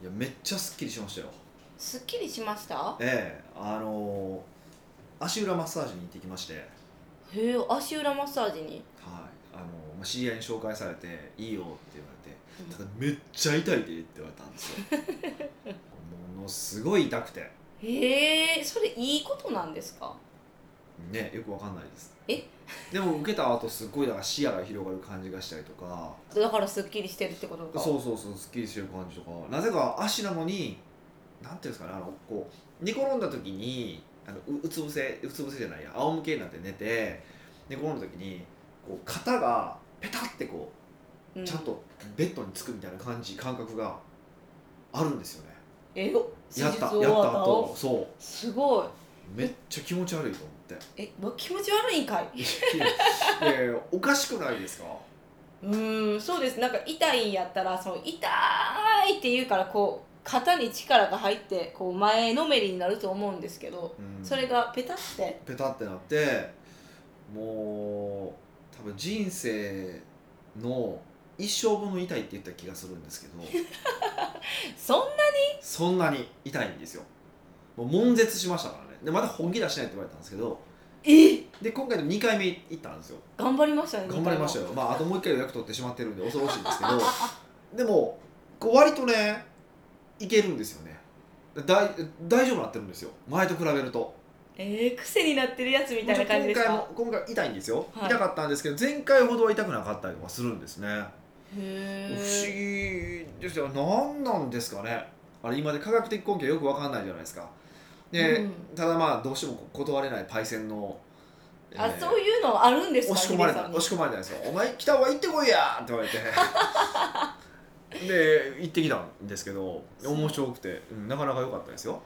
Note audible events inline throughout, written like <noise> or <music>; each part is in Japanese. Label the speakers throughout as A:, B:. A: いやめっちゃすっきりしましたよ
B: すっきりしました
A: ええあのー足裏マッサージに行ってきまして、はい
B: へえ足裏マッサージに、
A: あのーまあ、知り合いに紹介されて「いいよ」って言われて「た
B: うん
A: だめっちゃ痛いで」って言われたんですよ <laughs> ものすごい痛くて
B: へえそれいいことなんですか
A: ねよくわかんないです
B: え
A: でも受けた後すごいだから視野が広がる感じがしたりとか
B: だからすっきりしてるってことか
A: そうそうそうすっきりしてる感じとかなぜか足なのになんていうんですかねあのこう寝転んだ時にあのううつ伏せうつ伏せじゃないや仰向けになって寝て寝転んだ時にこう肩がペタってこ
B: う
A: うんちゃんとベッドにつくみたいな感じ感覚があるんですよね
B: えお
A: やったや
B: 手術終
A: っ
B: わ
A: た後そう
B: すごい
A: めっちゃ気持ち悪いと思って
B: えもう気持ち悪いんかい
A: いやいやいやおかしくないですか
B: うーんそうですなんか痛いんやったらその痛いって言うからこう肩に力が入ってこう前のめりになると思うんですけど
A: うん
B: それがペタって
A: ペタってなってもう多分人生の一生分の痛いって言った気がするんですけど
B: そんな
A: そんなに痛いんですよもう悶絶しましたからねでまた本気出しないって言われたんですけど
B: え
A: で今回でも2回目行ったんですよ
B: 頑張りましたね
A: 頑張りましたよまああともう1回予約取ってしまってるんで恐ろしいんですけどでもこう割とねいけるんですよねだい大丈夫になってるんですよ前と比べると
B: えー、癖になってるやつみたいな感じです
A: も
B: か
A: ちろん今回も今回痛いんですよ、
B: はい
A: 痛かったんですけど前回ほどは痛くなかったりとかするんですね、
B: へ
A: 不思
B: え
A: 議ですよ何なんですかねあれ今で科学的根拠よく分かんないじゃないですかで、
B: うん
A: ただまあどうしても断れないパイセンの、
B: あ
A: えー
B: そういうのあるんですか
A: 押し込まれ
B: ヒデ
A: た
B: さんに
A: 押し込まれたんですよ「お前来た方が行ってこいや!」って言わ
B: <laughs>
A: れてで行ってきたんですけど面白くて、うんなかなか良かったですよ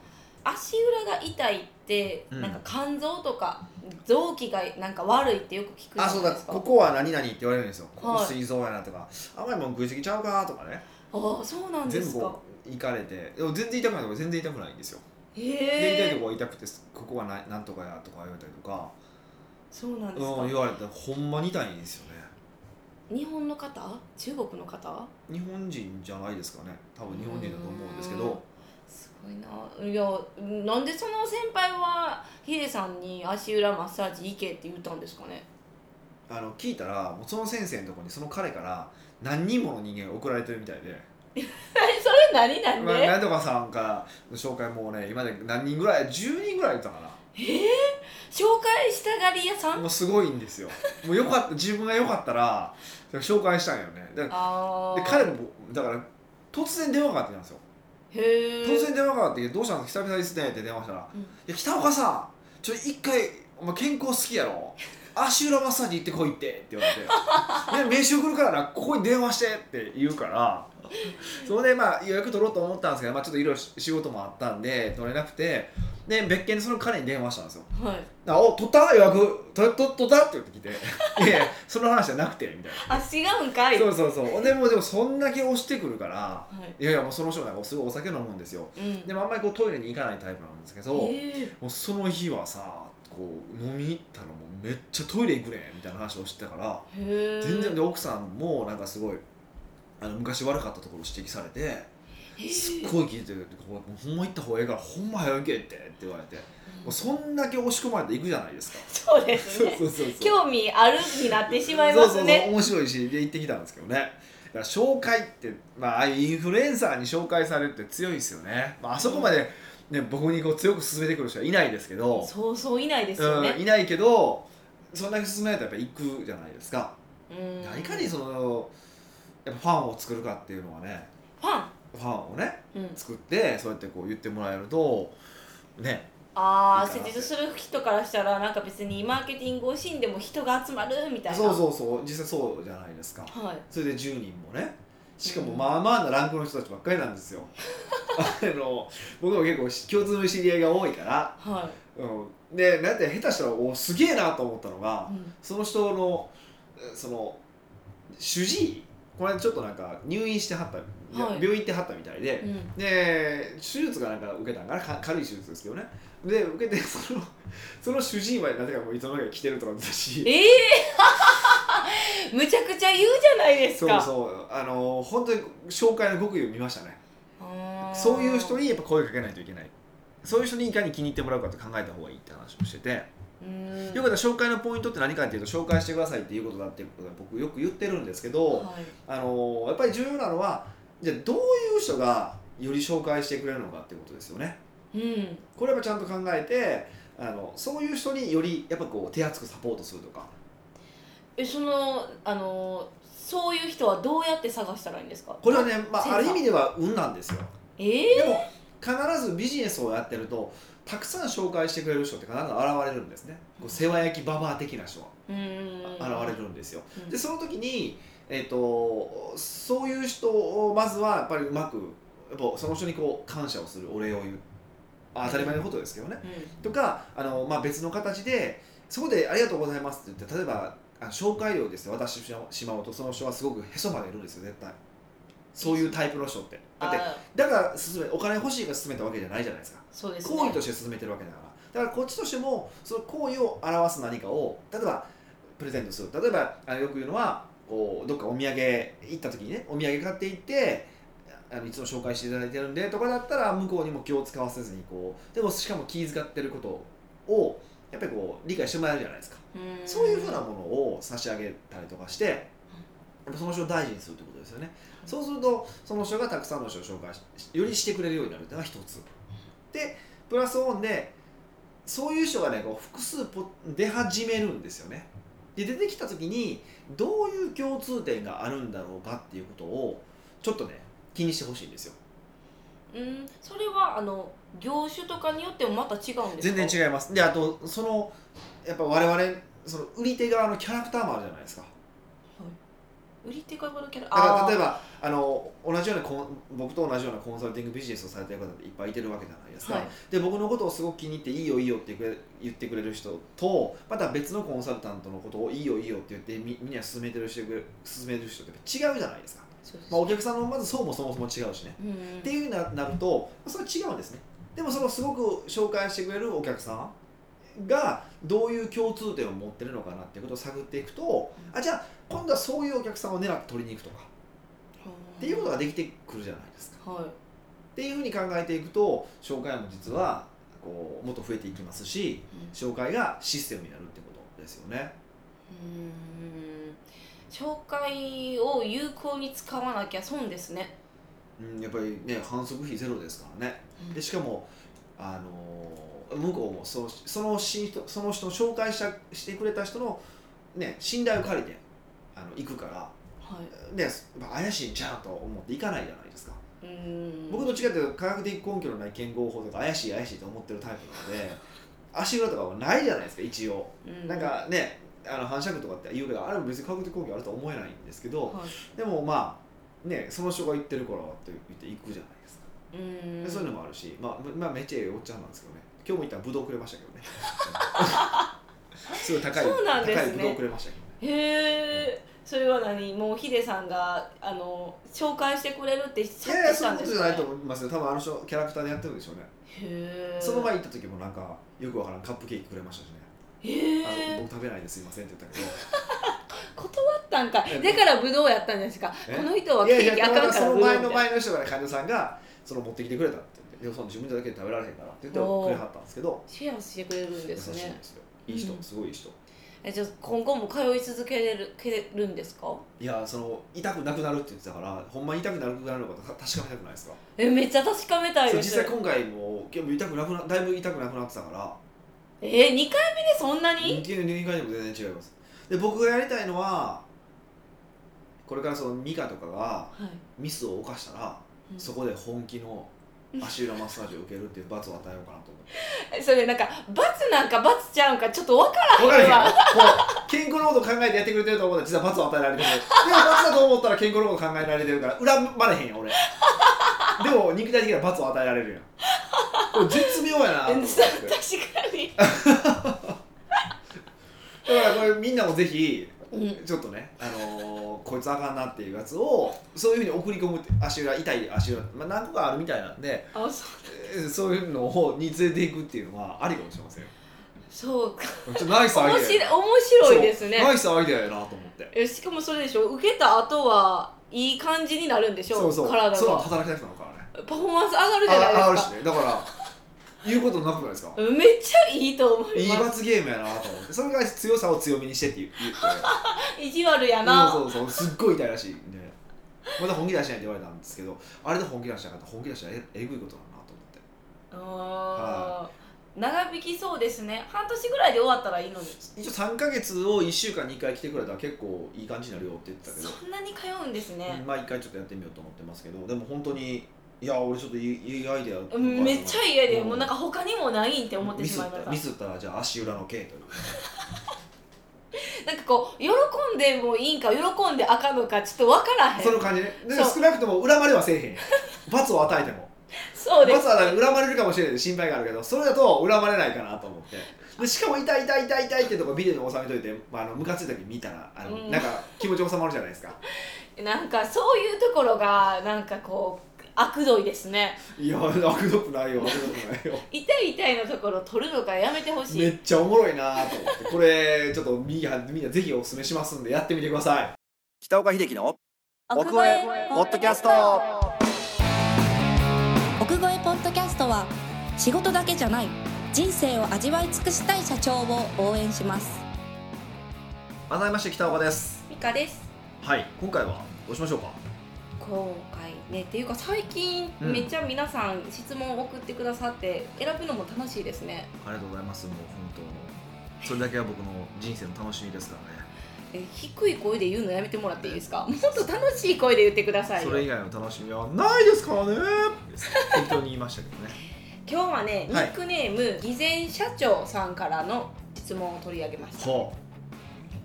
B: 足裏が痛いって、
A: うん
B: なんか肝臓とか臓器がなんか悪いってよく聞くじゃ
A: あそう
B: ない
A: だ
B: ですか
A: ここは何々って言われるんですよ、こ
B: は
A: こ
B: い
A: 膵臓やなとか甘いもん食いすぎちゃうかとかね
B: ああそうなんで
A: 全
B: す
A: 部
B: か
A: こう行かれてでも全然痛くないとこ全然痛くないんですよ、全然痛い
B: へ
A: と
B: え
A: こは痛くてここはななんとかやとか言われたりとか、
B: そうなんです
A: うん、
B: か
A: 言われてほんまに痛いんですよね
B: 日本の方中国の方
A: 日本人じゃないですかね多分日本人だと思うんですけ
B: うーん
A: ど
B: すごいないやなんでその先輩はヒデさんに足裏マッサージ行けって言ったんですかね <laughs>
A: あの聞いたらもうその先生のとこにその彼から何人もの人間が送られてるみたいで、
B: えそれ何なん
A: まあ、
B: で、
A: なんとかさんからの紹介もうね今まで何人ぐらい10人ぐらいいたかな
B: えー、紹介したがり屋さん
A: もうすごいんですよもうよ
B: <laughs>
A: かった自分がよかったら紹介したんよねだから
B: あ
A: で
B: あ
A: 彼もだから突然電話がかかってきたんですよ
B: へえ
A: 突然電話がかかってきて「どうしたの久々ですね」って電話したら「
B: うん
A: いや北岡さんちょ一回お前健康好きやろ足裏マッサージ行ってこいって」って言わ
B: <laughs>
A: れて「いや名刺送るからなここに電話して」って言うからそれでまあ予約取ろうと思ったんですけど、まあ、ちょっといろいろ仕事もあったんで取れなくてで別件でその彼に電話したんですよ
B: はい
A: 「あお取った予約取取取った?」って言って
B: <laughs>
A: きて「いやいやその話じゃなくて」みたいな。
B: あ違うんかい
A: そうそうそうでもでもそんだけ押してくるから
B: はい
A: いやいやもうその人なんかすごいお酒飲むんですよ
B: うん
A: でもあんまりこうトイレに行かないタイプなんですけど、も
B: えー
A: うその日はさこう飲みに行ったらもうめっちゃトイレ行くねみたいな話をしてたから
B: へえ
A: 全然で奥さんもなんかすごいあの昔悪かったところを指摘されて
B: へー
A: すっごい聞いてるほんほんま行った方がええからほんま早行けってって言われてもうそんだけ押し込まれて行くじゃないですか
B: そうです
A: そう
B: ね
A: そうそう <laughs> そう
B: 興味あるになってしまいま
A: そ
B: すね
A: うそうそう面白いしで行ってきたんですけどねだから紹介ってまあああいうインフルエンサーに紹介されるって強いですよね、まあ、あそこまで、ね、僕にこう強く勧めてくる人はいないですけど
B: そうそういないですよ
A: うん、
B: ね
A: いないけどそんだけ勧められたらやっぱ行くじゃないですか、
B: うん
A: いかにそのやっぱファンを作るかっていうのはね
B: ファン
A: ファンをね
B: うん
A: 作ってそうやってこう言ってもらえるとね
B: ああ
A: いいかな
B: 施術する人からしたらなんか別にマーケティングをしんでも人が集まるみたいな
A: そうそうそう実際そうじゃないですか
B: はい
A: それで10人もねしかも
B: うん
A: まあまあなランクの人たちばっかりなんです
B: <laughs>
A: よあの僕も結構し共通の知り合いが多いから、
B: は
A: うん、でなんて下手したらおすげえなと思ったのが
B: い、うん
A: その人のえその主治医これちょっとなんか入院してはった、いや
B: はい
A: 病院行ってはったみたいで、
B: うん
A: で手術がなんか受けたんかなか軽い手術ですけどねで受けて <laughs> そのその主治医までなぜかもういつの間にか来てるとかだし
B: ええー、 <laughs> むちゃくちゃ言うじゃないです
A: そう
B: か
A: そうあの本当に紹介の極意を見ましたね
B: あ
A: そういう人にやっぱ声かけないといけないそういう人にいかに気に入ってもらうかって考えた方がいいって話をしてて、
B: うん
A: よく言った紹介のポイントって何かっていうと紹介してくださいっていうことだっていうことが僕よく言ってるんですけど、
B: はい
A: あのやっぱり重要なのはじゃあどういう人がより紹介してくれるのかっていうことですよね。
B: うん
A: これはやっぱちゃんと考えてあのそういう人によりやっぱこう手厚くサポートするとか
B: えそのあのそういう人はどうやって探したらいいんですか
A: これはね、ま
B: そう
A: あ、
B: か
A: ある意味では運なんですよ。
B: え
A: でも必ずビジネスをやってるとたくさん紹介してくれる人って必ず現れるんですねこう世話焼きババア的な人
B: えうん
A: が現れるんですよ
B: うん
A: でその時に、えー、とそういう人をまずはやっぱりうまくやっぱその人にこう感謝をするお礼を言うあ当たり前のことですけどね
B: う
A: とかあの、まあ、別の形でそこで「ありがとうございます」って言って例えばあの紹介料ですよ私しまうとその人はすごくへそまでいるんですよ絶対そういうタイプの人ってだって
B: あ
A: だから勧めお金欲しいから勧めたわけじゃないじゃないですか
B: そうですね
A: 行為として進めてるわけだからだからこっちとしてもその行為を表す何かを例えばプレゼントする例えばあのよく言うのはこうどっかお土産行った時にねお土産買って行ってあのいつも紹介していただいてるんでとかだったら向こうにも気を使わせずにこうでもしかも気遣ってることをやっぱりこう理解してもらえるじゃないですか
B: うん
A: そういうふうなものを差し上げたりとかしてやっぱその人を大事にするってことですよねそうするとその人がたくさんの人を紹介しよりしてくれるようになるっていうのが一つでプラスオンでそういう人がねこう複数ポ出始めるんですよねで出てきた時にどういう共通点があるんだろうかっていうことをちょっとね気にしてほしいんですよ
B: うんそれはあの業種とかによってもまた違うんです
A: 全
B: か
A: 然違いますであとそのやっぱ我々その売り手側のキャラクターもあるじゃないですか
B: 売り手側のキャラ
A: だから例え
B: ば
A: ばあの同じようなコン僕と同じようなコンサルティングビジネスをされてる方っていっぱいいてるわけじゃないですか、
B: はい
A: で僕のことをすごく気に入って「いいよいいよ」ってくれ言ってくれる人とまた別のコンサルタントのことを「いいよいいよ」って言ってみみんなに勧めてる人勧める人って違うじゃないですか、
B: そうです
A: まあ、お客さんのまずそうもそもそも違うしね
B: うん
A: っていうふうにななるとそれは違うんですねでもそのすごく紹介してくれるお客さんがどういう共通点を持ってるのかなっていうことを探っていくとあじゃあ今度はそういうお客さんを狙って取りに行くとかっていうことができてくるじゃないですか。
B: はい
A: っていうふうに考えていくと紹介も実はこうもっと増えていきますし
B: うん
A: 紹介がシステムになるってことですよね。
B: うん紹介を有効に使わなきゃ損ですね
A: うん、やっぱりね反則費ゼロですからね。
B: うん
A: でしかもあのー向こうもそのそのしその人を紹介したしてくれた人の、ね、信頼を借りてあの行くから、
B: はい
A: ね、まあ怪しいんちゃうと思って行かないじゃないですか。
B: うん
A: 僕どっちかというと科学的根拠のない健康法とか怪しい怪しいと思ってるタイプな
B: <laughs>
A: ので足裏とかはないじゃないですか一応
B: うん
A: なんかねあの反射区とかって言うけどあれも別に科学的根拠あるとは思えないんですけど
B: は
A: でもまあねその人が言ってるからって言って行くじゃないですか、
B: いうん
A: でそういうのもあるし、まあ、まあめっちゃええおっちゃんなんですけどね今日も行ったらブドウくれましたけどね
B: <laughs>
A: すごい高い
B: そうなんです
A: 高い
B: ね
A: ブドウくれましたけどね
B: へえそれは何もうヒデさんがあの紹介してくれるって
A: い
B: 察
A: やいや
B: 知し
A: そういう
B: た
A: んこ
B: で
A: と
B: す
A: じゃ
B: か
A: な
B: ね
A: いと思いますよ多分あの人キャラクターでやってるんでしょうね、
B: へえ
A: その前行った時もなんかよくわからんカップケーキくれましたしね
B: へ
A: あの
B: え
A: 僕食べないですいませんって言ったけど
B: <laughs> 断ったんかいだからブドウやったんですか
A: え
B: この人はいケ
A: や
B: ー
A: いや
B: キあかんか
A: そ
B: ら
A: の
B: ブドウ
A: 前
B: み
A: の
B: たいな
A: 前の人がね患者さんがその持ってきてくれたって言ってでもその自分だけで食べられへんからって言って
B: おー
A: くれはったんですけど
B: シェアしてくれるんです
A: 優しいん
B: ね
A: ですよいい人、
B: うん
A: すごいいい人
B: えじゃあ今後も通い続けれるけるんですか
A: いやその痛くなくなるって言ってたからほんまに痛くなくなるのか確かめたくないですか、
B: えめっちゃ確かめたい
A: そう
B: で
A: 実
B: す
A: 際今回も今日も痛くなくなだいぶ痛くなくなってたから
B: えー、2回目でそんな
A: 人
B: に
A: 間の人間でも全然違いますで僕がやりたいのはこれからそのミカとかが
B: はい
A: ミスを犯したら
B: うん
A: そこで本気の足裏マッサージを受けるっていう罰を与えようかなと思って
B: えそれなんか罰なんか罰ちゃうんかちょっとわから
A: 分からへんよこう健康のこと考えてやってくれてると思ったら実は罰を与えられてるでも罰だと思ったら健康のこと考えられてるから恨まれへんよ俺でも肉体的には罰を与えられるやんこれ絶妙やなと
B: ん
A: 思っ
B: え
A: て
B: さ確かに、
A: だからこれみんなもぜひ
B: うん
A: ちょっとね、あのーこいつあかんなっていうやつをそういうふうに送り込むって足裏痛い足裏、まあ、何個かあるみたいなんで
B: あそう
A: えーそういうのをに連れていくっていうのはありかもしれませんよ
B: そうか
A: ちょっとナイスアイデア
B: 面白い面白いです
A: そうナ
B: ね
A: イスアイデアやなと思って
B: えしかもそれでしょ受けた後はいい感じになるんでしょ
A: そうそう
B: 体が
A: そう働きたくなるからね
B: パフォーマンス上がるじゃない
A: あある
B: です
A: しねだから言うことなくないですか
B: かめっちゃいいと思
A: い
B: い
A: い
B: ます
A: 罰ゲームやなと思ってそれが強さを強みにしてって言言って
B: 意地悪やな
A: そうそうそうすっごい痛いらしいんでまだ本気出してないって言われたんですけどあれで本気出してなかったら本気出したらええぐいことだなと思って
B: あー長引きそうですね半年ぐらいで終わったらいいのに
A: 一応3か月を1週間に1回来てくれたら結構いい感じになるよって言ってたけど
B: そんなに通うんですね、
A: まあ一回ちょっとやってみようと思ってますけどでも本当にいや俺ちょっといいいいアイデア
B: うんめっちゃいいアイデア
A: うん
B: もうなんか他にもないんって思ってしまいました
A: ミスったミスったらじゃあ足裏の毛という
B: なんかこう喜んでもいいんか喜んであかんのかちょっと分からへん
A: そ
B: そ
A: の感じねで
B: そう
A: 少なくとも恨まれはせえへん罰を与えても
B: うです
A: 罰はなんか恨まれるかもしれない心配があるけどそれだと恨まれないかなと思ってでしかも痛い痛い痛い痛いってとこビデオに収めといて、まあ、あのムカついた時見たらあの、
B: うん
A: なんか気持ち収まるじゃないですか
B: なんかそういうところがなんかこう悪どいですね
A: いや悪どくないよ悪どくないよ
B: 痛い痛いのところを取るのがやめて <laughs> ほしい、
A: めっちゃおもろいなと思ってこれちょっとみんなみんなぜひおすすめしますんでやってみてください北岡秀樹の奥越えポッドキャスト
C: 奥越えポッドキャストは仕事だけじゃない人生を味わい尽くしたい社長を応援します
A: 改めまして北岡です
B: ミカです
A: はい今回はどうしましょうか
B: 今回ねっていうか最近
A: うん
B: めっちゃ皆さん質問を送ってくださって選ぶのも楽しいですね
A: ありがとうございますもう本当それだけは僕の人生の楽しみですからね
B: え低い声で言うのやめてもらっていいですかもっと楽しい声で言ってください
A: そ
B: よ
A: れ以外の楽しみはないですからね適当に言いましたけどね
B: 今日はねニ
A: はい
B: ックネーム、偽善社長さんからの質問を取り上げました
A: ほ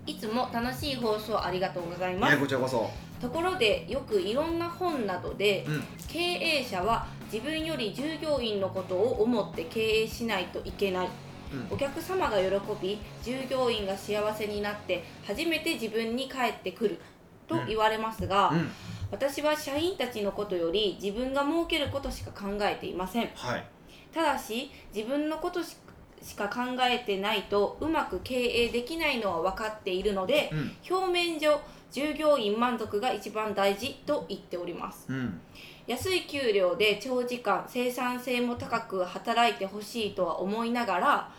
B: いつも楽しい放送ありがとうございうます、
A: ねこちらこそ
B: ところでよくいろんな本などで、
A: うん
B: 経営者は自分より従業員のことを思って経営しないといけない
A: うん
B: お客様が喜び従業員が幸せになって初めて自分に返ってくると言われますが、
A: うん
B: 私は社員たちのことより自分が儲けることしか考えていません
A: はい
B: ただし自分のことししか考えてないとうまく経営できないのは分かっているので
A: うん
B: 表面上従業員満足が一番大事と言っております
A: うん
B: 安い給料で長時間生産性も高く働いてほしいとは思いながら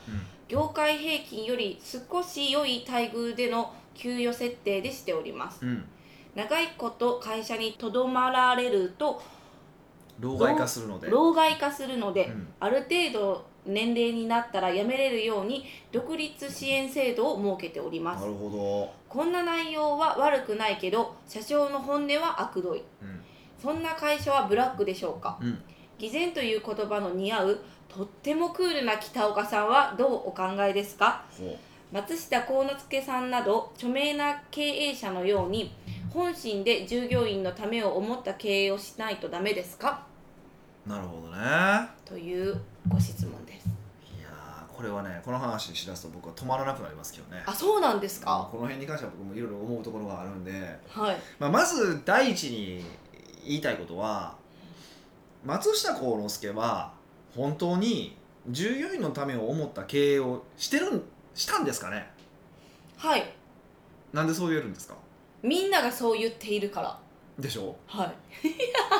B: 業界平均より少し良い待遇での給与設定でしております
A: うんうん
B: 長いこと会社にとどまられると
A: 老害化するので
B: 老害化するので、
A: うん
B: ある程度年齢になったら辞めれるように独立支援制度を設けておりま
A: な
B: す
A: るほ
B: こんな内容は悪くないけど社長の本音は悪どい
A: どうん
B: そんな会社はブラックでしょうか
A: うん
B: 偽善という言葉の似合うとってもクールな北岡さんはどうお考えですか
A: ほ
B: 松下幸之助さんなど著名な経営者のように本心で従業員のためを思った経営をしないとダメですか
A: うなるほどね
B: というご質問です
A: いやーこれはねこの話しだすと僕は止まらなくなりますけどね
B: あそうなんです
A: まあ
B: か
A: この辺に関しては僕もいろいろ思うところがあるんで、
B: はい
A: まあ、まず第一に言いたいことは松下幸之助は本当に従業員のためを思った経営をしてるんしたんですかね
B: はい
A: なんでそう言えるんですか
B: みんながそう言っているから
A: でしょう
B: はい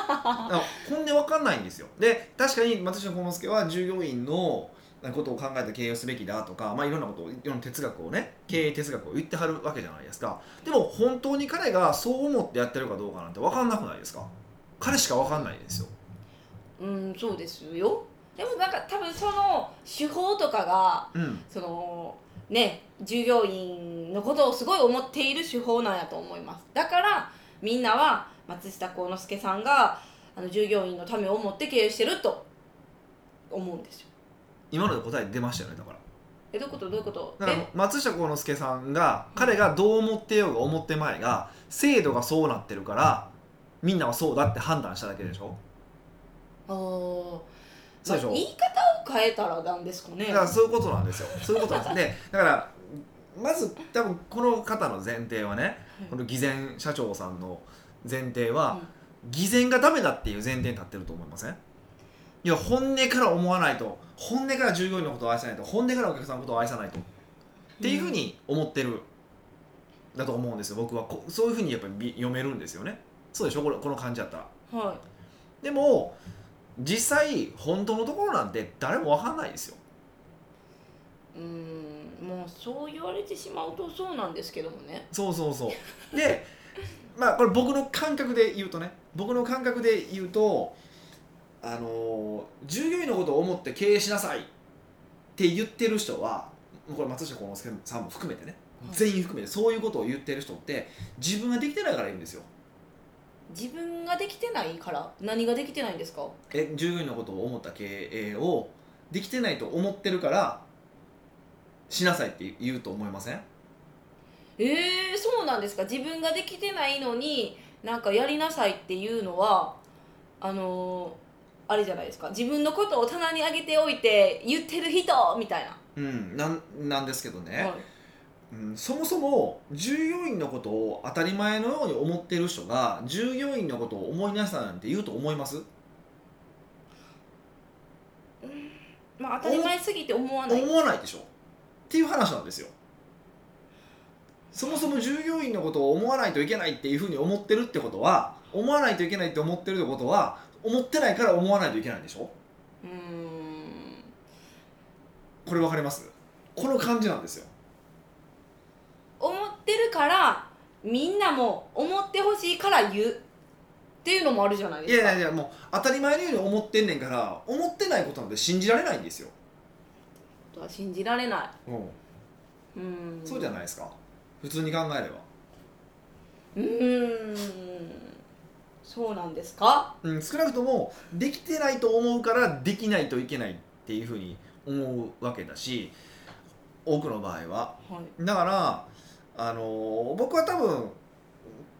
A: だから本音わかんないんですよで確かに松下幸之助は従業員のことを考えて経営をすべきだとか、まあ、いろんなことをいろんな哲学をね経営哲学を言ってはるわけじゃないですかでも本当に彼がそう思ってやってるかどうかなんてわかんなくないですか彼しかわかんないですよ
B: うんそうですよでもなんか多分その手法とかが
A: うん
B: そのね従業員のことをすごい思っている手法なんやと思いますだからみんなは松下幸之助さんがあの従業員のためを思って経営してると思うんですよ
A: 今ので答え出ましたよねだから
B: えどういうことどういうこと
A: だから松下幸之助さんが彼がどう思ってようが思ってまいが制度がそうなってるからみんなはそうだって判断しただけでしょ
B: あー
A: そうでしょ
B: まあ言い方を変えたらなんですかね
A: だからそういうことなん <laughs> ですよ。そういうことなんです。で、だからまず多分この方の前提はね、この偽善社長さんの前提は、偽善がダメだっていう前提に立ってると思いません？いや本音から思わないと、本音から従業員のことを愛さないと、本音からお客さんのことを愛さないとっていうふうに思ってるだと思うんですよ。僕はこそういうふうにやっぱり見読めるんですよね。そうでしょこれこの感じだったら。
B: はい
A: でも実際本当のところなんて誰もわかんないですよ
B: うーんもうそう言われてしまうとそうなんですけどもね
A: そうそうそうでまあこれ僕の感覚で言うとね僕の感覚で言うとあのー従業員のことを思って経営しなさいって言ってる人はもうこれ松下幸之助さんも含めてね
B: はい
A: 全員含めてそういうことを言ってる人って自分ができてないから言うんですよ
B: 自分ができてないから何ができてないんですか
A: え従業員のことを思った経営をできてないと思ってるからしなさいって言うと思いません
B: えー、そうなんですか自分ができてないのになんかやりなさいっていうのはあのーあれじゃないですか自分のことを棚に上げておいて言ってる人みたいな、
A: うんなんなんですけどね、
B: はい
A: うん、そもそも従業員のことを当たり前のように思ってる人が従業員のことを思いなさいなんて言うと思います
B: まあ、当たり前すぎて思わない
A: 思わないでしょっていう話なんですよそもそも従業員のことを思わないといけないっていうふうに思ってるってことは思わないといけないって思ってるってことは思ってないから思わないといけないんでしょ
B: うーん
A: これわかりますこの感じなんですよ
B: 思ってるからみんなも思ってほしいから言うっていうのもあるじゃない
A: い
B: です
A: やい
B: か
A: やいやもう当たり前のように思ってんねんから思ってないことなんて信じられないんですよ、
B: とは信じられな
A: うん、
B: いうーん
A: そうじゃないですか普通に考えれば
B: うーんそうなんですか
A: うん、少なくともできてないと思うからできないといけないっていうふうに思うわけだし多くの場合は
B: はい
A: だから、あのー僕は多分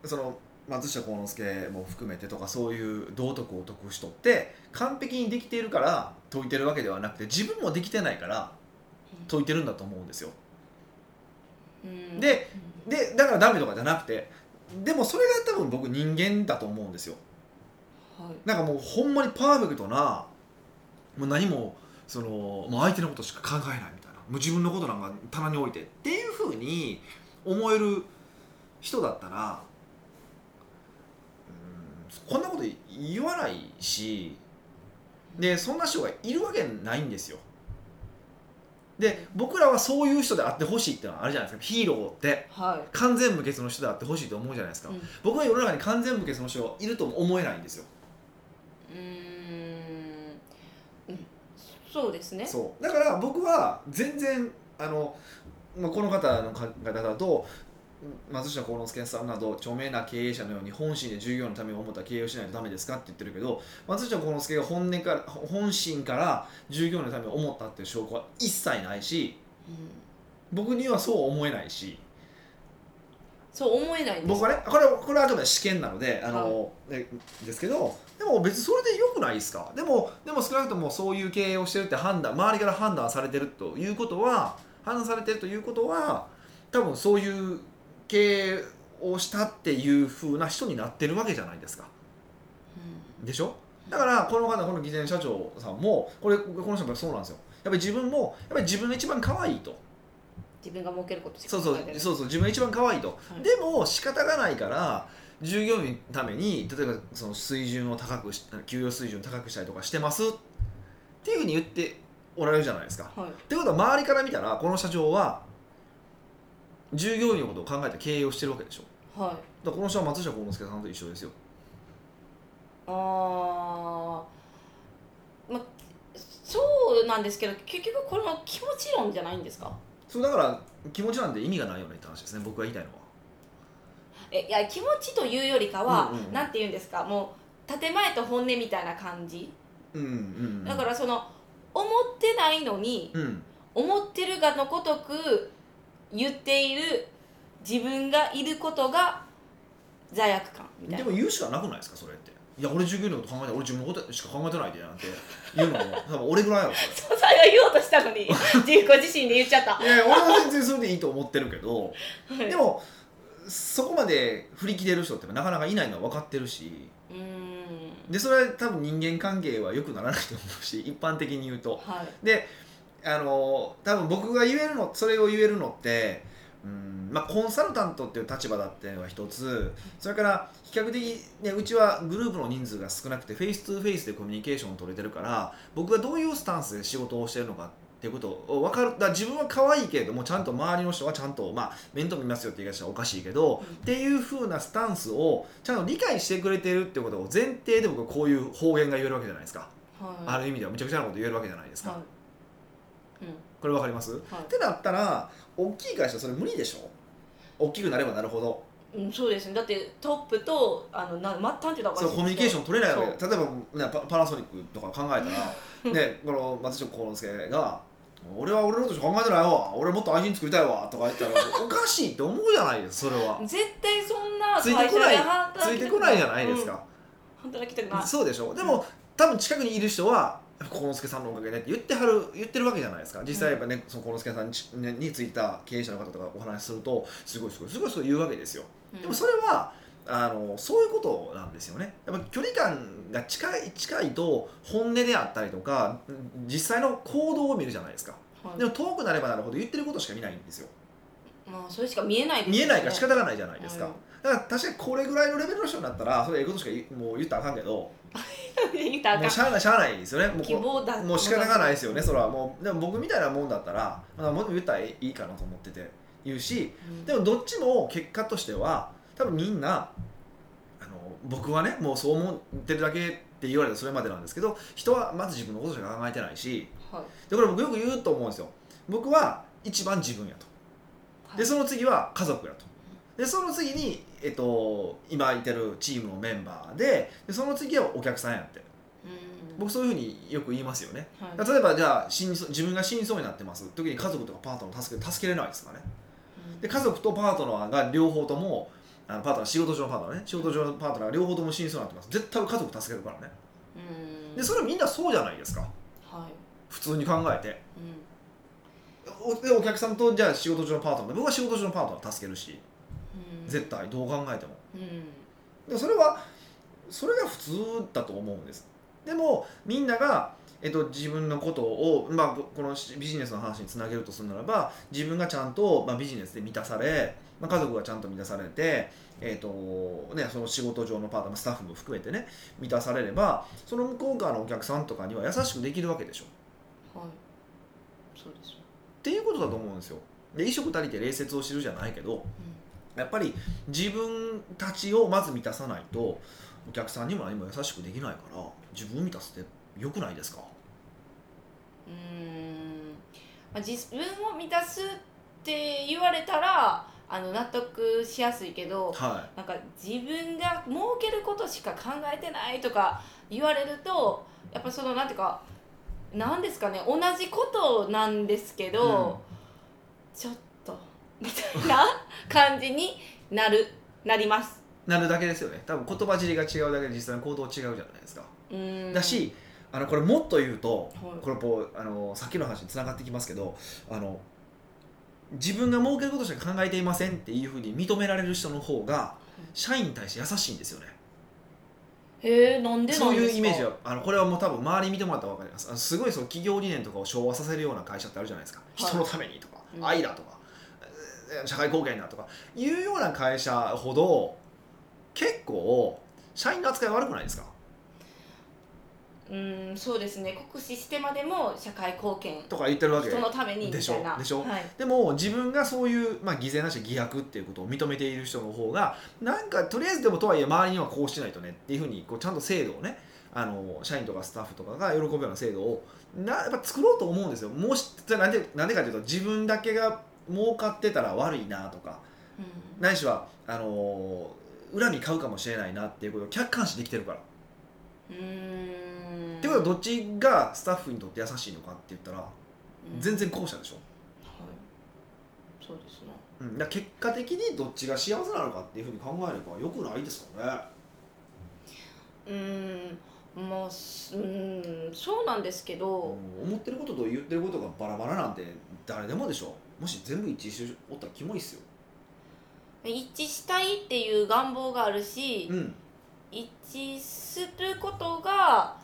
A: その松下幸之助も含めてとかそういう道徳を解く人って完璧にできているから解いてるわけではなくて自分もできてないから解いてるんだと思うんですよ。
B: うん
A: ででだからダメとかじゃなくてでもそれが多分僕人間だと思うんですよ。
B: はい
A: なんかもうほんまにパーフェクトなもう何もそのもう相手のことしか考えないみたいなもう自分のことなんか棚に置いてっていうふうに思える人だったらうんこんなこと言わないしでそんな人がいるわけないんですよ。で僕らはそういう人であってほしいっていうのはあるじゃないですかヒーローって
B: はい
A: 完全無欠の人であってほしいと思うじゃないですか、
B: うん
A: 僕は世の中に完全無欠の人がいるとも思えないんですよ
B: うーんうんそうですね
A: そうだから僕は全然あの、まあ、この方の考え方だと松下幸之助さんなど著名な経営者のように本心で従業のためを思った経営をしないとダメですかって言ってるけど松下幸之助が本音から本心から従業のためを思ったっていう証拠は一切ないし
B: うん
A: 僕にはそう思えないし
B: そう思えないんです
A: 僕はねこれこれはあくまで試験なのであの、ねですけどでも別にそれでよくないですかでもでも少なくともそういう経営をしてるって判断周りから判断されてるということは判断されてるということは多分そういう経営をしたっていう風な人になってるわけじゃないですか
B: うん
A: でしょだからこの方この偽善社長さんもこれこの人もそうなんですよやっぱり自分もやっぱり自分が一番可愛いと
B: 自分が儲けることし
A: そ
B: か
A: うそう
B: 考えてない
A: そうそう自分が一番可愛いと、
B: い
A: でも仕方がないから従業員のために例えばその水準を高くし給与水準を高くしたりとかしてますっていうふうに言っておられるじゃないですか。
B: はい
A: ってことは周りから見たらこの社長は従業員のことを考えた経営をしてるわけでしょ。
B: はい
A: だからこの人は松下幸之助さんと一緒ですよ。
B: あーまそうなんですけど結局この気持ち論じゃないんですか
A: そうだから気持ちなんて意味がないよねって話ですね僕が言いたいのは。
B: えいや気持ちというよりかは、
A: うんうん
B: なんて言うんですかもう建前と本音みたいな感じ、
A: うんうん、
B: だからその思ってないのに、
A: うん
B: 思ってるがのごとく言っている自分がいることが罪悪感みたい
A: で
B: な
A: も言うしかなくないですかそれって。いや俺従業員のこと考えて俺自分のことしか考えてないでなんて言う <laughs> のも多分俺ぐらいやろそれ。
B: そう最後言おうとしたの <laughs> に自己自身で言っちゃった
A: いやいや俺は全然それでいいと思ってるけど
B: で
A: <laughs> でもそこまで振り切れる人ってなかなかいないのは分かってるし
B: うーん
A: でそれは多分人間関係は良くならないと思うし一般的に言うと
B: はい
A: であの多分僕が言えるのそれを言えるのってううんまあ、コンサルタントっていう立場だっていうのが一つそれから比較的、ね、うちはグループの人数が少なくてフェイストゥーフェイスでコミュニケーションを取れてるから僕がどういうスタンスで仕事をしてるのかっていうことを分かるだから自分は可愛いけれどもちゃんと周りの人はちゃんと、まあ、面倒見ますよって言い方はおかしいけど、
B: うん
A: っていう風なスタンスをちゃんと理解してくれてるってことを前提で僕はこういう方言が言えるわけじゃないですか、
B: はい
A: ある意味ではむちゃくちゃなこと言えるわけじゃないですか、
B: はいうん
A: これ分かります
B: は
A: ってなったら大きい会社それ無理でしょ大きくなればなるほど
B: いうん、そうですねだってトップとあのな末端っていうのはおかしい
A: そうコミュニケーショ
B: ン
A: ン取れないわけ例えば、ね、パパナソニックとか考
B: <laughs>
A: えたらねこの松下幸之助が「俺は俺のことしか考えてないわ俺もっと愛人作りたいわ」とか言ったらおかしいって思うじゃないですかそれは
B: 絶対そんな
A: ついてこないつ
B: 働
A: い
B: き
A: て
B: たく
A: こないじゃないです、か、
B: うん働きたくない
A: そうでしょでも、多分近くにいる人は幸之助さんのおかげでって言ってはる言ってるわけじゃないですか実際やっぱね、その幸之助さんにちねについた経営者の方とかお話しするとすごいすごいすごいすごい言うわけですよ
B: うん
A: でもそれはあのそういうことなんですよねやっぱ距離感が近い近いと本音であったりとかうん実際の行動を見るじゃないですか
B: はい
A: でも遠くなればなるほど言ってることしか見ないんですよ
B: まあそれしか見えないですよね
A: 見えないから仕方がないじゃないですか、
B: はい
A: だから確かにこれぐらいのレベルの人になったらそれええことしか言うもう言ったらあかんけど
B: <laughs> 言ったら
A: も
B: あか
A: うんしゃあないしゃあないですよねもう
B: 希望だ
A: もう仕方がないですよねそれはもうでも僕みたいなもんだったら、まあ、もう言ったらいいかなと思ってて言うし
B: うん
A: でもどっちも結果としては多分みんなあの僕はねもうそう思ってるだけって言われたらそれまでなんですけど人はまず自分のことしか考えてないし
B: はい
A: でこれ僕よく言うと思うんですよ僕は一番自分やと
B: はい
A: でその次は家族やとでその次に、えっと、今いてるチームのメンバーででその次はお客さんやって
B: うん
A: 僕そういうふうによく言いますよね
B: はい
A: 例えばじゃあ死にそう自分が死にそうになってます時に家族とかパートナーを助け助けれないですからね
B: うん
A: で家族とパートナーが両方ともあのパートナー仕事上のパートナーね仕事上のパートナーが両方とも死にそうになってます絶対家族助けるからね
B: うん
A: でそれみんなそうじゃないですか
B: はい
A: 普通に考えて
B: うん
A: おでお客さんとじゃあ仕事上のパートナー僕は仕事上のパートナー助けるし
B: うん
A: 絶対どう考えても
B: うん
A: でそれはそれが普通だと思うんですでもみんなが、えっと、自分のことを、まあ、ここのしビジネスの話につなげるとするならば自分がちゃんと、まあ、ビジネスで満たされ、まあ、家族がちゃんと満たされて、えっとね、その仕事上のパートナースタッフも含めてね満たされればその向こう側のお客さんとかには優しくできるわけでしょ
B: はいそうですよ
A: っていうことだと思うんですよで衣食足りて礼節を知るじゃないけどやっぱり自分たちをまず満たさないとお客さんにも何も優しくできないから自分を満たすって良くないですか
B: うんうんまあ自分を満たすって言われたらあの納得しやすいけど
A: は
B: なんか自分が儲けることしか考えてないとか言われるとやっぱそのなんていうかなんですかね同じことなんですけど、ちょっとみたいな感じになるなります。
A: いなるだけですよね多分言葉尻が違うだけで実際の行動違うじゃないですか、
B: うん
A: だ、しあのこれもっと言うと
B: はい
A: これこうあのさっきの話につながってきますけどあの自分が儲けることしか考えていませんっていうふうに認められる人の方が社員に対して優しいんですよね
B: へえなんでなんですか
A: そういうイメージはあのこれはもう多分周り見てもらったら分かりますあのすごいその企業理念とかを昭和させるような会社ってあるじゃないですか、
B: い
A: 人のためにとか、
B: うん
A: 愛だとかえー社会貢献だとかいうような会社ほど結構社員の扱い悪くないですか
B: うんそうですね酷使してまでも社会貢献
A: とか言ってるわけ
B: 人のためにみ
A: でしょ
B: たいな
A: でしょ
B: はい、
A: でも自分がそういう、まあ、偽善なし偽悪っていうことを認めている人の方がなんかとりあえずでもとはいえ周りにはこうしないとねっていうふうにこうちゃんと制度をねあの社員とかスタッフとかが喜ぶような制度をなやっぱ作ろうと思うんですよ。もしそれなんでなんでかというと自分だけが儲かってたら悪いなとか
B: うん
A: ないしはあの恨み買うかもしれないなっていうことを客観視できてるから。
B: うーん
A: ってことはどっちがスタッフにとって優しいのかって言ったら
B: うん
A: 全然後者でしょ。
B: はい、そうですね。
A: うん、だから結果的にどっちが幸せなのかっていうふうに考えればよくないですかね。
B: うーん、まあ、すうーん、そうなんですけど、
A: 思ってることと言ってることがバラバラなんて誰でもでしょもし全部一致しておったらキモいっすよ、
B: 一致したいっていう願望があるし、
A: うん、
B: 一致することが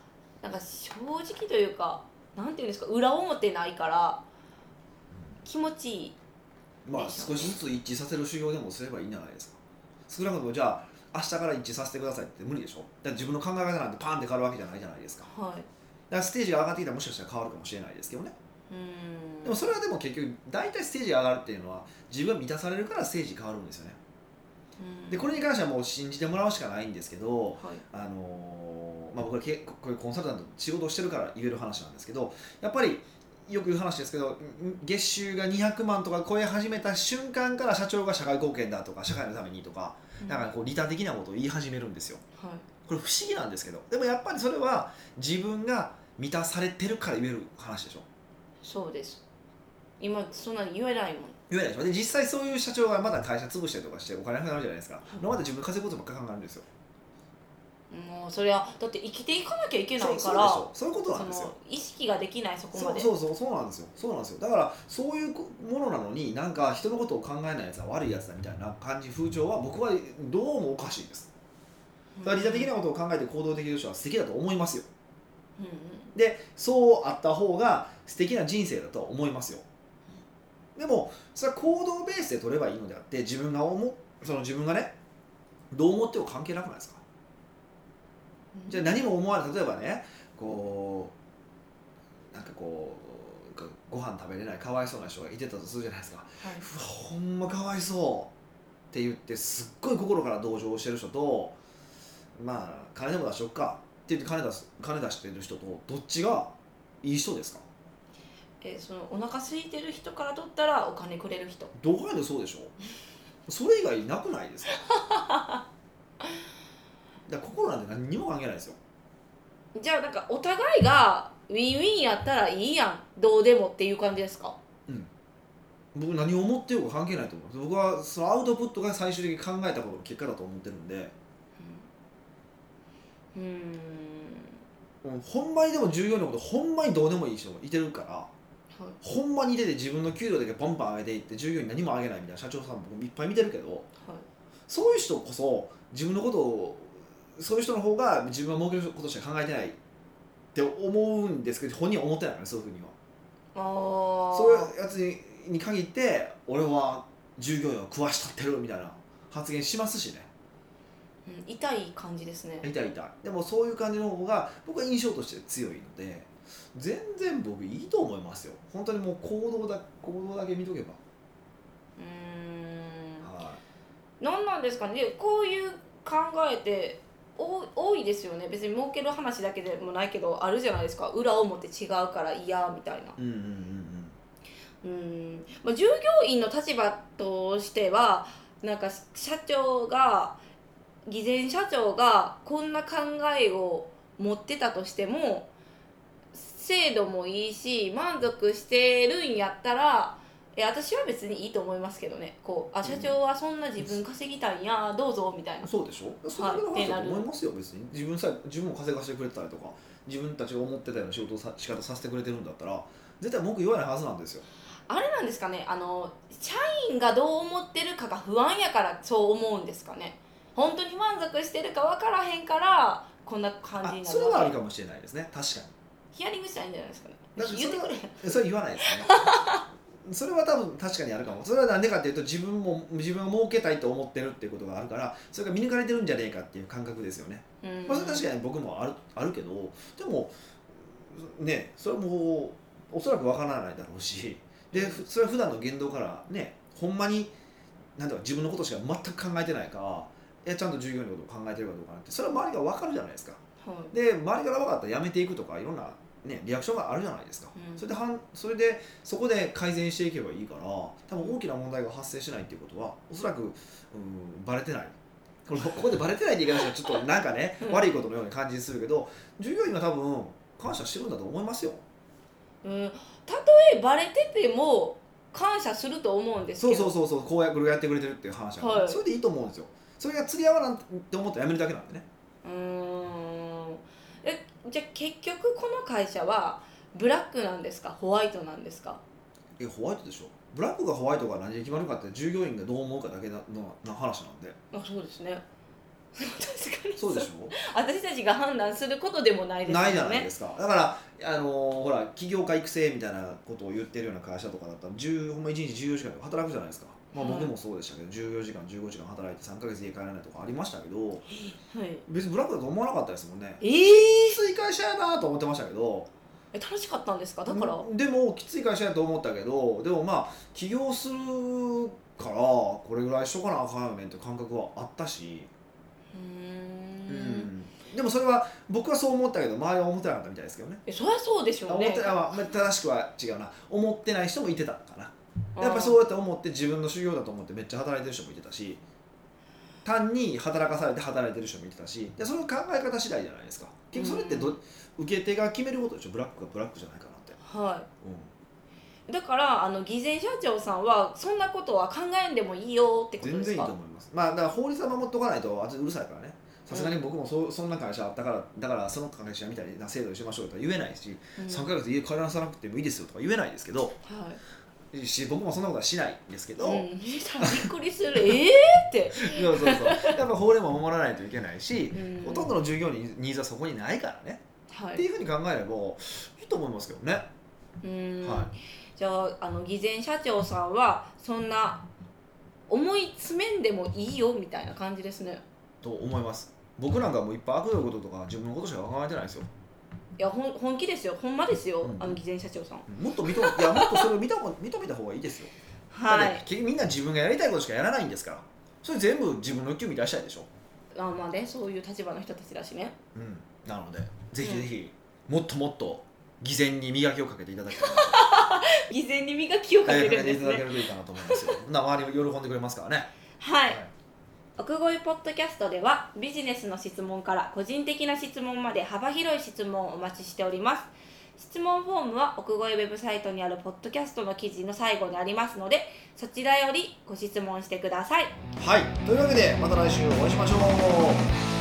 B: なんか正直というか、なんていうんですか、裏表ないから気持ちいい
A: まあ少しずつ一致させる修行でもすればいいんじゃないですか少なくともじゃあ明日から一致させてくださいって無理でしょだって自分の考え方なんてパンって変わるわけじゃないじゃないですかだか
B: はい
A: らステージが上がってきたらもしかしたら変わるかもしれないですけどね
B: うーん
A: でもそれはでも結局大体ステージが上がるっていうのは自分が満たされるからステージ変わるんですよね
B: うん
A: でこれに関してはもう信じてもらうしかないんですけど
B: はい
A: あのーまあ、僕はけここういうコンサルタントの仕事をしてるから言える話なんですけどやっぱりよく言う話ですけどん月収が200万とか超え始めた瞬間から社長が社会貢献だとか社会のためにとかなんかこう利他的なことを言い始めるんですよ
B: うんはい
A: これ不思議なんですけどでもやっぱりそれは自分が満たされてるから言える話でしょ
B: そうです今そんなに言えないもん
A: 言えないでしょで実際そういう社長がまだ会社潰したりとかしてお金なくなるじゃないですかまだ自分で稼ぐことばっかり考えるんですよ
B: もうそれはだって生きていかなきゃいけないから
A: そうそうでしょそういうことなんですよ
B: の意識ができないそこ
A: そ
B: ま
A: う
B: で
A: そうそうそうなんですよそうなんですよだからそういうこものなのになんか人のことを考えないやつは悪いやつだみたいな感じ風潮は僕はどうもおかしいです
B: うん
A: だから利他的なことを考えて行動できる人は素敵だと思いますよ
B: うんうん
A: でそうあった方が素敵な人生だと思いますよでもそれは行動ベースで取ればいいのであって自分が思うその自分がねどう思っても関係なくないですか
B: うん
A: じゃあ何も思わない例えばねこうなんかこうごご飯食べれないかわいそうな人がいてたとするじゃないですか
B: はいう
A: わほんまかわいそうって言ってすっごい心から同情してる人とまあ金でも出しとくかって言って金出す金出してる人とどっちがいい人ですか
B: えそのお腹空いてる人から取ったらお金くれる人
A: どこかでそうでしょそれ以外なくないですか <laughs> だから心なんて何にも関係ないですよ
B: じゃあなんかお互いがウィンウィンやったらいいやんどうでもっていう感じですか
A: 僕何を思ってようが関係ないと思います僕はそのアウトプットが最終的に考えたことの結果だと思ってるんで
B: うんうーん
A: うんほんまにでも従業員のことほんまにどうでもいい人もいてるから
B: はい
A: ほんまに出て自分の給料だけバンバン上げていって従業員何も上げないみたいな社長さん僕いっぱい見てるけど
B: はい
A: そういう人こそ自分のことをそういう人の方が自分は儲けることしか考えてないって思うんですけど本人は思ってないからねそういうふうには
B: ああ
A: そういうやつにに限って俺は従業員を食わしたってるみたいな発言しますしね
B: うん痛い感じですね
A: 痛い痛いでもそういう感じの方が僕は印象として強いので全然僕いいと思いますよ本当にもう行動だ行動だけ見とけば、
B: うーん
A: は、
B: 何なんですかねでこういう考えて多多いですよね別に儲ける話だけでもないけどあるじゃないですか裏表違うから嫌みたいない
A: うんうんうんうん
B: うん、まあ、従業員の立場としてはなんか社長が偽善社長がこんな考えを持ってたとしても制度もいいし満足してるんやったらえ私は別にいいと思いますけどねこうあ社長はそんな自分稼ぎたいんやどうぞみたいな。
A: そうでしょそれだけの
B: はい
A: 話だと思いますよ別に自分さえ自分も稼がしてくれてたりとか自分たちが思ってたような仕事をさ仕方させてくれてるんだったら絶対文句言わないはずなんですよ
B: あれなんですかねあの社員がどう思ってるかが不安やからそう思うんですかね本当に満足してるか分からへんからこんな感じ
A: あ
B: にな
A: そ
B: る
A: れはあ
B: わ
A: る
B: け
A: かもしれないですね確かに
B: ヒアリングしたらいいんじゃないですかね
A: だってそれ
B: 言
A: は
B: ってくれへん
A: それ言わないですね <laughs> それは多分確かにあるかもそれはなんでかっていうと自分も自分を儲けたいと思ってるっていうことがあるからそれが見抜かれてるんじゃねえかっていう感覚ですよね、
B: うん
A: まあ、それ確かに僕もあるあるけどでもねそれはもうおそらくわからないだろうしでふそれは普段の言動からねほんまになんだろう自分のことしか全く考えてないかいやちゃんと従業員のことを考えてるかどうかなんてそれは周りが分かるじゃないですか
B: はい
A: で周りから分かったらやめていくとかいろんな、ね、リアクションがあるじゃないですか、
B: うん
A: それではんそれでそこで改善していけばいいから多分大きな問題が発生しないっていうことはおそらくうんバレてないこのここでバレてないって言い方はちょっとなんかね
B: <laughs> うん
A: 悪いことのように感じするけど従業員は多分感謝してるんだと思いますよ
B: うんたとえバレてても感謝すると思うんですけ
A: そう
B: ど
A: そうそうそうこうやこれをやってくれてるっていう話は、
B: はい
A: それでいいと思うんですよそれが釣り合わなんって思ったらやめるだけなんでね
B: うーんえじゃあ結局この会社はブラックなんですかホワイトなんですか
A: えホワイトでしょブラックがホワイトが何で決まるかって従業員がどう思うかだけなのな話なんで
B: あそうですね <laughs> 確かに
A: そうでし
B: ょ
A: ょ
B: 私たちが判断することでもないですよね
A: ないじゃないですかだからあのーほら起業家育成みたいなことを言ってるような会社とかだったら10ほんま1日14時間とか働くじゃないですか、まあ、
B: はい
A: 僕もそうでしたけど14時間15時間働いて3ヶ月家帰らないとかありましたけど
B: はい
A: 別にブラックだと思わなかったですもんね
B: え
A: きつい会社やなと思ってましたけど
B: ー、楽しかったんですかだから、
A: うんでもきつい会社やと思ったけどでもまあ起業するからこれぐらいしとかなあかんよねって感覚はあったし、
B: うーん
A: でもそれは僕はそう思ったけど周りは思ってなかったみたいですけどね
B: えそりゃそうでしょ
A: 思
B: う
A: っ
B: ね
A: てあ、まあ、正しくは違うな思ってない人もいてたのかなやっぱ
B: う
A: そうやって思って自分の修行だと思ってめっちゃ働いてる人もいてたし単に働かされて働いてる人もいてたしでその考え方次第じゃないですか結局それってど、受け手が決めることでしょブラックがブラックじゃないかなって、
B: んは
A: うん、
B: いだからあの偽善社長さんはそんなことは考えんでもいいよってこと
A: 全然
B: です
A: いいと
B: か
A: 思いますまあだから法律は守っとかないとあとうるさいからねさすがに僕もそそんな会社あったからだからその会社みたいな制度にしましょうとは言えないし、
B: うん
A: 3ヶ月家帰らさなくてもいいですよとか言えないですけど
B: はい
A: し僕もそんなことはしないんですけど、
B: うん、びっくりす
A: <laughs>
B: るええー、って、
A: いやそうそうやっぱ法令も守らないといけないし、
B: うん
A: ほとんどの従業員にニーズはそこにないからね、
B: は
A: ってい
B: い、
A: うふうに考えればいいと思いますけどね、
B: うん
A: は
B: じゃああの偽善社長さんはそんな思い詰めんでもいいよみたいな感じですね
A: いと思います僕なんかもういっぱい悪のこととか自分のことしか考えてないですよ
B: いやほん本気ですよほんまですよ、
A: うん
B: あの偽善社長さん
A: もっと認めいやもっとそれを認め認めた方がいいですよ
B: は
A: だって
B: い
A: 結局みんな自分がやりたいことしかやらないんですからそれ全部自分の欲求満たしたいでしょ、
B: あまあねそういう立場の人たちだしね <laughs>
A: うん、なのでぜひぜひ、もっともっと偽善に磨きをかけていただき
B: <laughs>
A: たいな
B: 偽善に磨きをか
A: え
B: け
A: ーかけ
B: る
A: て
B: んで
A: い
B: す
A: ただけ
B: ね
A: るといいかなと思いますよそんな周りも喜んでくれますからね
B: はい奥越ポッドキャストではビジネスの質問から個人的な質問まで幅広い質問をお待ちしております質問フォームは奥越ウェブサイトにあるポッドキャストの記事の最後にありますのでそちらよりご質問してください
A: はい、というわけでまた来週お会いしましょう